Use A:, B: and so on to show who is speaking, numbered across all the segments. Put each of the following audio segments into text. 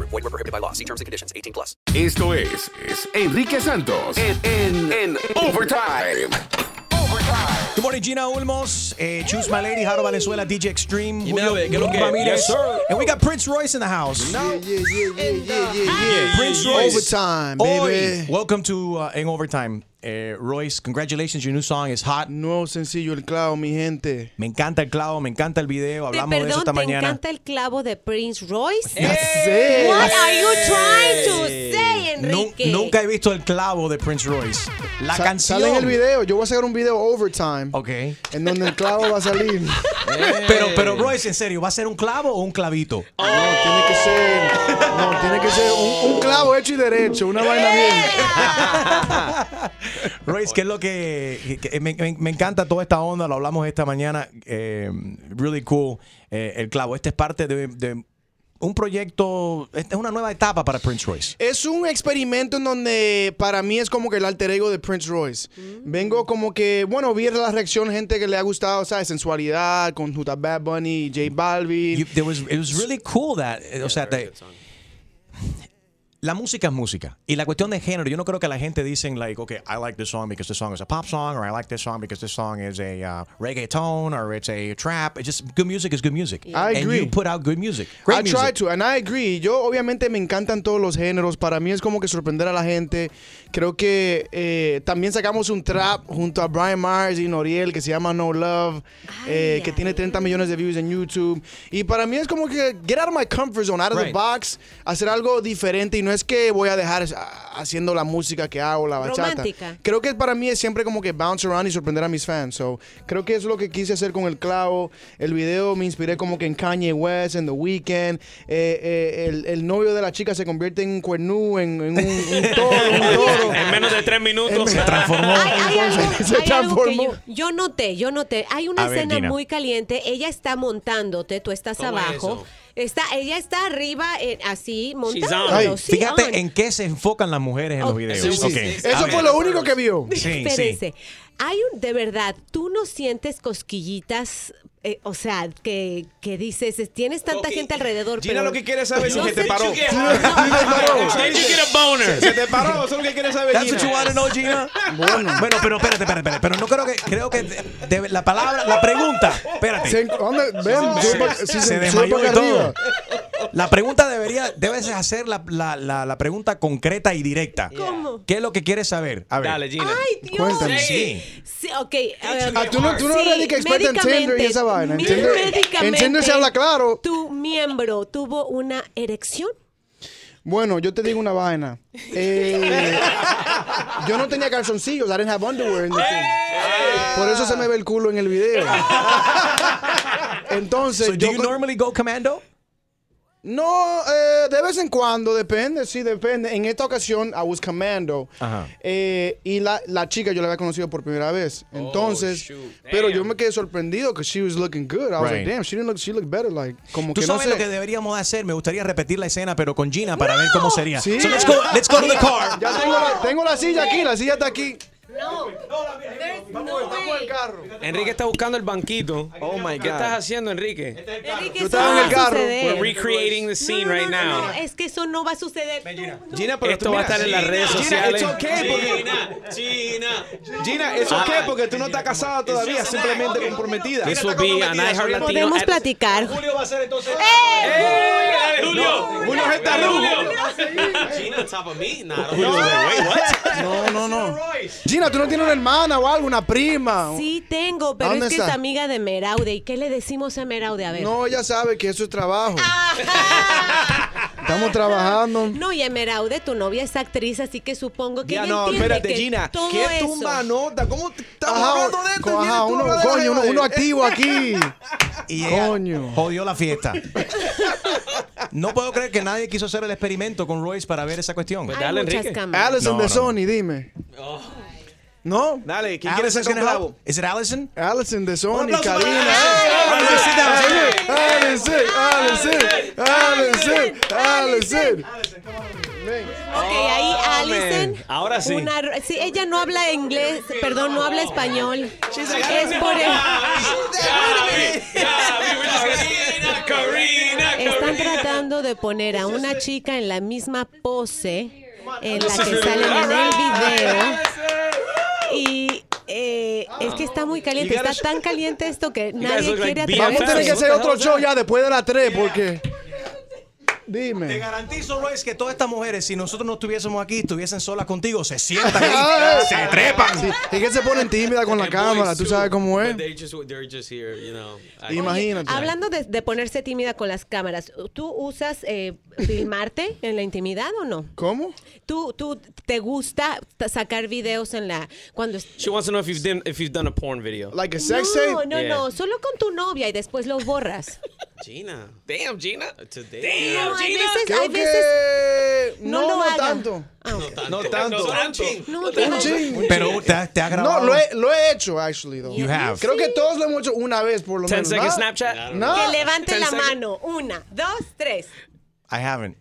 A: Void were prohibited by law. See terms and conditions. 18 plus.
B: Esto es, es Enrique Santos en, en, en Overtime.
C: Good morning, Gina Ulmos, eh, Choose My Lady, Jaro Valenzuela, DJ Extreme, Julio
D: ¿qué es lo que?
C: Ramirez,
D: Yes, sir.
C: and we got Prince Royce in the house.
E: Yeah, yeah, yeah, yeah, yeah, yeah.
C: Prince Royce.
E: Overtime,
C: Hoy.
E: baby.
C: Welcome to uh, In Overtime. Eh, Royce, congratulations, your new song is hot.
E: Nuevo sencillo, El Clavo, mi gente.
C: Me encanta el clavo, me encanta el video,
F: Te-
C: hablamos de eso
F: perdón,
C: esta
F: ¿te
C: mañana. Eh.
F: encanta el clavo de Prince Royce?
E: That's it.
F: What are you trying to say,
C: Nu-
F: Enrique?
C: nunca he visto el clavo de Prince Royce. La
E: Sa-
C: canción.
E: Sale en el video. Yo voy a sacar un video Overtime.
C: Ok.
E: En donde el clavo va a salir.
C: Pero, pero Royce, en serio, ¿va a ser un clavo o un clavito?
E: No, tiene que ser. No, tiene que ser un, un clavo hecho y derecho. Una vaina bien.
C: Royce, ¿qué es lo que, que- me, me- me encanta toda esta onda? Lo hablamos esta mañana. eh, really cool. eh, el clavo. Este es parte de, de un proyecto. Esta es una nueva etapa para Prince Royce.
E: Es un experimento en donde para mí es como que el alter ego de Prince Royce.
C: Mm.
E: Vengo como que, bueno, vi la reacción de gente que le ha gustado, ¿sabes? Sensualidad con Juta Bad Bunny, J Balvin.
C: You- there was- it was really cool that. eh, o sea, te- la música es música. Y la cuestión de género, yo no creo que la gente dicen, like, okay, I like this song because this song is a pop song, or I like this song because this song is a uh, reggaeton, or it's a trap. It's just good music is good music.
E: I
C: And you
E: agree.
C: put out good music. Great
E: I
C: music.
E: try to, and I agree. Yo, obviamente, me encantan todos los géneros. Para mí es como que sorprender a la gente. Creo que eh, también sacamos un trap junto a Brian Mars y Noriel que se llama No Love, eh,
F: Ay,
E: que
F: ay,
E: tiene 30 millones de views en YouTube. Y para mí es como que get out of my comfort zone, out of the
C: Right.
E: box, hacer algo diferente. Y no es que voy a dejar ah, haciendo la música que hago, la bachata.
F: Romántica.
E: Creo que para mí es siempre como que bounce around y sorprender a mis fans. So, creo que es lo que quise hacer con el clavo. El video me inspiré como que en Kanye West, en The Weeknd. Eh, eh, el, el novio de la chica se convierte en un cuernú, en, en un, un toro, un toro.
D: En menos de tres minutos.
C: Se transformó.
F: Hay, hay algo,
E: Se
F: hay algo que
E: transformó.
F: yo, yo noté, yo noté. Hay una
C: A ver,
F: escena
C: Gina.
F: muy caliente. Ella está montándote, tú estás abajo. Está, ella está arriba, eh, así, montándolo.
E: Ay,
F: sí, on.
C: Fíjate en qué se enfocan las mujeres en los
F: Oh,
C: videos.
E: Sí, sí.
C: Ok.
E: Eso fue lo único que vio.
C: Sí, sí.
F: Espérense. Hay un, de verdad, tú no sientes cosquillitas, eh, o sea, que, que dices, tienes tanta gente alrededor.
G: Gina
F: pero
G: lo que quiere saber es si
F: no
G: se te
F: sé-
G: paró.
D: Did you get a boner?
G: Se te paró, eso es lo que quiere saber
C: That's
G: Gina.
C: what you want to know, Gina. Bueno, pero espérate, espérate, espérate. Pero no creo que, creo que de- de- la palabra, la pregunta, espérate.
E: Se, ¿dónde? Ven, sube pa- si
C: se,
E: se- sube
C: desmayó
E: para
C: y todo.
E: arriba.
C: La pregunta debería, debes hacer la, la, la, la pregunta concreta y directa.
F: ¿Cómo?
C: ¿Qué es lo que quieres saber? A ver.
D: Dale, Gina.
F: Ay, Dios.
E: Cuéntame.
C: Sí.
F: Sí, ok. um,
E: Ah, tú no, tú no eres
F: sí,
E: ni que experta en Tinder y esa vaina. En Tinder, en
F: médicamente,
E: Tinder se habla claro.
F: Tu miembro tuvo una erección.
E: Bueno, yo te digo una vaina. Eh, yo no tenía calzoncillos. I didn't have underwear. in the thing. Por eso se me ve el culo en el video. Entonces,
C: So, do
E: yo
C: you
E: con-
C: normally go commando?
E: no, eh, de vez en cuando, depende, sí, depende. En esta ocasión, I was commando.
C: Ajá.
E: Eh, y la, la chica yo la había conocido por primera vez.
C: Oh,
E: Entonces, pero yo me quedé sorprendido que she was looking good. I was like,
C: Right.
E: damn, she didn't look, she looked better. Like, como
C: Tú
E: que
C: sabes
E: no
C: lo
E: sé.
C: que deberíamos hacer. Me gustaría repetir la escena, pero con Gina para ver cómo sería.
E: Sí.
C: So let's go, let's go to the car.
E: Ya tengo la, tengo la silla aquí, la silla está aquí.
F: No.
E: Carro.
D: Enrique está buscando el banquito.
G: Oh my
D: ¿Qué estás
G: God.
D: haciendo, Enrique?
F: Enrique,
E: Yo
F: eso
E: estaba
F: no
E: en
F: va
E: el
F: a
E: carro.
F: suceder.
D: We're recreating the scene
F: No, no,
D: right
F: no,
D: now.
F: no, es que eso no va a suceder. Tú- tú-
G: Gina, pero
D: Esto
G: tú-
D: va a
G: mira,
D: estar en las redes
G: Gina,
D: sociales.
G: it's okay, porque- Gina, es ok
D: Ah.
G: porque tú no estás casada todavía, simplemente comprometida.
D: This will be an iHeart Latino.
F: Podemos
D: at-
F: platicar.
D: ¡Eh, Julio!
G: Julio es esta
E: No, no, no. Gina, tú no tienes una hermana o algo, una prima.
F: Sí tengo, pero
E: ¿Dónde
F: es que
E: está?
F: es amiga de Meraude. ¿Y qué le decimos a Meraude? A ver.
E: No, ella sabe que eso es trabajo. Estamos trabajando.
F: No, y Emeraude, tu novia es actriz, así que supongo que
G: Ya
F: ella
G: no,
F: entiende
G: espérate,
F: que
G: Gina.
F: todo
G: ¿Qué
F: eso-
G: tumba nota? ¿Cómo te- estamos
E: Ajá,
G: hablando de esto? y
E: co-
G: vienes
E: ajá,
G: tú a
E: uno,
G: hablar de la
E: coño, uno,
G: jeva de-
E: uno activo aquí.
C: Y ella
E: Coño.
C: jodió la fiesta. No puedo creer que nadie quiso hacer el experimento con Royce para ver esa cuestión.
F: Hay
D: Dale,
F: muchas
D: Enrique.
F: cámaras.
E: Allison
C: No,
E: de
C: no.
E: Sony, dime. ¿No?
G: Dale, ¿quién quiere ser
C: Allison's gonna
G: clavo?
C: help. Is it Allison?
E: Allison de Sony,
G: aplauso para
E: Karina.
G: Allison.
E: Allison,
G: Allison.
E: Allison, Allison, Allison, Allison.
F: Ok, ahí Alison.
D: Ahora sí.
F: una ro- sí, ella no habla inglés, perdón, no habla español.
G: She's like, I
F: Es
G: don't
F: por el-
D: Karina, Karina,
F: Están tratando de poner a una chica en la misma pose en la que salen en el video. Y eh, es que está muy caliente.
G: You gotta
F: Está
G: sh-
F: tan caliente esto que
D: guys
F: nadie
D: look like
F: quiere
D: BFFs.
E: Vamos a tener que
F: atreverse.
E: hacer otro show ya después de las 3 porque...
C: Te
E: Dime.
C: garantizo, Royce, que todas estas mujeres, si nosotros no estuviésemos aquí, estuviesen solas contigo, se sientan ahí,
E: Ay.
C: se trepan.
E: Ah, Sí, es que se ponen tímidas con la cámara, tú sabes cómo es. Imagínate.
F: Hablando de, de ponerse tímida con las cámaras, ¿tú usas eh, filmarte en la intimidad o no?
E: ¿Cómo?
F: ¿Tú, tú te gusta t- sacar videos en la cuando es-
D: She wants to know if you've done if you've done a porn video.
E: Like a sex
F: no,
E: tape?
F: no,
D: Yeah.
F: no, solo con tu novia y después lo borras.
D: Gina, damn Gina, today.
F: No, hay veces, hay
E: Creo
F: veces
E: que
F: no,
E: no,
F: lo
E: no
F: hagan.
E: tanto.
F: Ah, ok.
G: No tanto.
F: No, te
E: Un
F: hagas.
E: ching.
C: Pero te, ha- te ha grabado.
E: No, lo he, lo he hecho, actually, though.
F: You
C: have.
E: Creo que todos lo hemos hecho una vez, por lo
D: 10
E: menos.
D: second
E: ¿no?
D: Snapchat.
E: No.
F: Que levante
D: Ten
F: la
D: seconds.
F: mano. Una, dos, tres.
C: I haven't.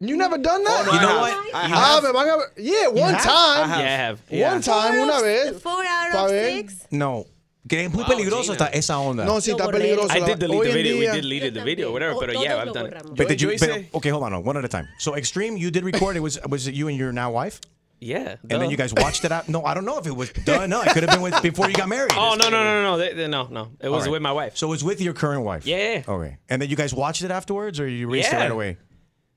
E: You never done
D: Oh,
E: that?
C: You know what? You
E: Ah,
C: have-
E: me van a ver. Yeah, one time.
D: Yeah, I have.
E: One time, una Ah, vez.
F: Four out
E: Pa'
F: of
E: ver.
F: six.
C: No. Que es muy peligroso esta, esa onda.
E: No, sí,
F: Lo
E: está
F: borré.
E: peligroso.
D: I
E: la-
D: did delete
E: Hoy
D: the
E: en
D: video.
E: día-
D: We did delete the video, whatever.
F: O-
D: But
F: todos
D: yeah,
F: lo
D: I've done it.
F: borramos.
C: But did
G: Yo-
C: you,
G: yo
C: but-
G: hice-
C: okay, hold on, one at a time. So extreme, you did record it. Was was it you and your now wife?
D: Yeah.
C: And then
D: duh.
C: you guys watched it out. No, I don't know if it was done. No, it could have been with before you got married.
D: Oh no no no no no they- they- no no! It
C: All
D: was
C: right.
D: with my wife. So
C: So it's with your current wife.
D: Yeah.
C: Okay. And then you guys watched it afterwards, or you erased it
D: Yeah.
C: right away.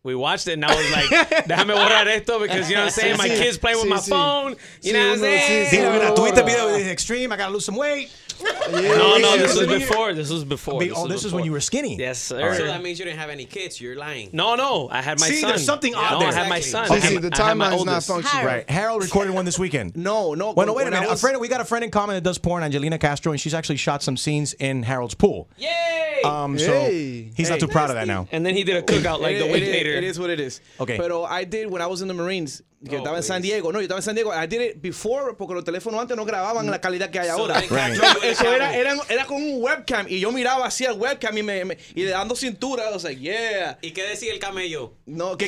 D: we watched it and I was like, "Déjame borrar esto," because you know what I'm saying. My
E: sí.
D: kids play with
E: Sí,
D: my
E: sí.
D: phone.
E: Sí,
D: You know what I'm
E: uno- sí,
D: saying?
E: sí,
C: Dile, mira,
E: uno-
C: tuviste video de extreme. I gotta lose some weight.
D: No, no,
C: Yeah.
D: Oh, this was before. This was before.
C: Be- oh, this is when you were skinny.
D: Yes, sir.
C: All right.
H: That means you didn't have any kids. You're lying.
D: No, no, I had my
C: See,
D: son.
C: there's something
D: no,
C: odd
D: I
C: there.
D: had my son.
C: Exactly.
D: I
E: Okay,
D: had-
E: the
D: I had my
E: timeline's not
D: oldest.
E: functioning.
F: Harold.
C: Right. Harold recorded one this weekend.
G: No, no,
C: Well, no,
G: when-
C: wait a
G: when I
C: minute. a
G: was-
C: friend, we got a friend in common that does porn, Angelina Castro, and she's actually shot some scenes in Harold's pool.
D: Yay!
C: Um, so
E: Hey.
C: he's not too proud of that now.
D: and then he did a cookout like the
G: It-
D: week
G: it-
D: later.
G: It is what it is.
C: Okay.
G: Pero I did when I was in the Marines. Que estaba
D: pues.
G: en San Diego. No, yo estaba en San Diego. I did it before porque los teléfonos antes no grababan la calidad que hay ahora.
H: they can't
G: No,
H: do it.
G: Eso era, era, era con un webcam y yo miraba así al webcam y, me, me- y le dando cintura. I was like, yeah.
H: ¿Y qué decía el camello?
G: No, que.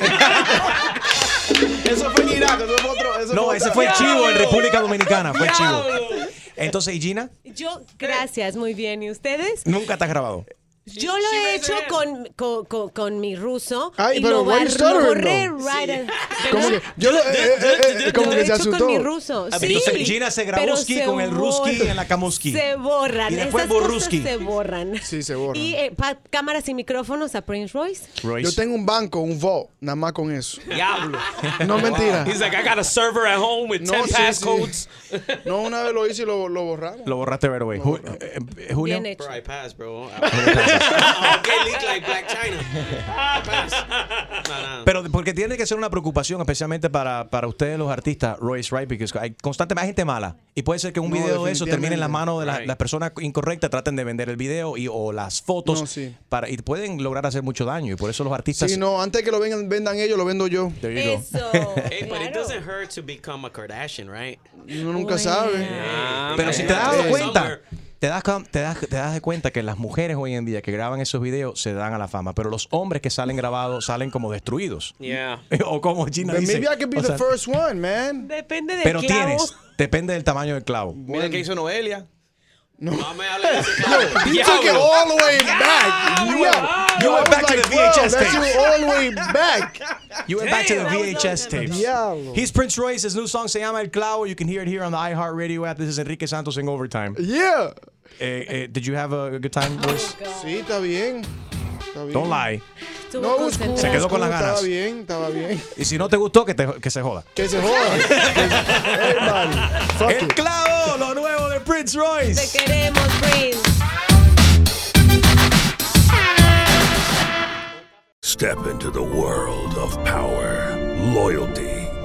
G: eso fue en Irak. Eso fue otro. Eso
C: No,
G: fue
C: ese
G: otra-
C: fue chivo en República Dominicana. Fue chivo. Entonces, ¿y Gina?
F: Yo, gracias, muy bien. ¿Y ustedes?
C: Nunca te has grabado.
F: Yo lo he hecho con, con, con, con mi ruso.
E: Ay,
F: y
E: pero
F: lo
E: why you
F: bar-
E: stuttering,
F: lo borré
E: though?
F: right a-
E: Como que, yo lo, eh, eh, eh, eh, como
F: Lo
E: que
F: he
E: se
F: hecho
E: asustó.
F: con mi ruso.
C: Ah,
F: Sí,
C: entonces Gina se grabó
F: pero
C: ski
F: se
C: con el ruski
F: borra-
C: en la kamuski.
F: Se borran.
C: Y después
F: Esas
C: borruski.
F: cosas se borran.
E: Sí, se borran.
F: Y eh, pa- cámaras y micrófonos a Prince Royce.
E: Yo tengo un banco, un vault, nada más con eso.
D: Diablo.
E: No mentira.
D: He's like, I got a server at home with
E: No,
D: 10
E: sí,
D: passcodes.
E: No, una vez lo hice y lo, lo borraron.
C: Lo borraste right away. Ju- eh, eh, Julio.
F: Bien hecho.
H: Bro, I passed, bro. I I'll get leaked like Black China. I passed. No, no.
C: Pero porque tiene que ser una preocupación, especialmente para, para ustedes los artistas, Royce, right? Porque hay constantemente hay gente mala. Y puede ser que un
E: No,
C: video de eso termine en las manos de la- las
H: Right.
C: personas incorrectas, traten de vender el video y, o las fotos.
E: No, sí.
C: para, y pueden lograr hacer mucho daño. Y por eso los artistas...
E: Si no, antes que lo vengan- vendan ellos, lo vendo yo.
C: There you go.
F: Eso.
H: Hey, but it
F: claro.
H: doesn't hurt to become a Kardashian, right?
E: Uno nunca sabe.
H: Ah,
C: Pero
H: man.
C: si te das
E: Eh,
H: Yeah.
C: cuenta,
H: Somewhere.
C: te das, con- te, das, te das de cuenta que las mujeres hoy en día que graban esos videos se dan a la fama, pero los hombres que salen grabados salen como destruidos.
D: Yeah.
C: o como Gina
E: But
C: dice.
E: maybe I could be
C: o
E: the
C: sea,
E: first one, man.
F: Depende del
C: pero
F: clavo.
C: tienes, depende del tamaño del clavo.
G: Mira que hizo Noelia.
H: No me hables de ese cabrón.
E: You took it all the way back. You went,
C: You went
E: I was
C: back to the
E: wow,
C: VHS
E: That's
C: tape.
E: you all the way back.
C: You went back to the
F: Damn, that was
C: VHS
F: long time
C: tapes.
F: ago.
E: Diablo.
C: He's Prince Royce. His new song se llama El Clavo. You can hear it here on the iHeartRadio app. This is Enrique Santos in overtime.
E: Yeah.
C: Eh, eh, did you have a good time, Royce?
E: Sí, está bien. Está bien.
C: Don't lie.
F: Estuvo
E: No, was cool,
F: concentrado.
C: Se quedó
E: was
C: con las
E: cool,
C: ganas.
E: Estaba bien, estaba bien.
C: Y si no te gustó, que, te- que se joda.
E: Que se joda. Everybody. Fuck
C: El
E: it.
C: Clavo, lo nuevo de Prince Royce.
F: Te queremos, Prince.
C: Step into the world of power, loyalty,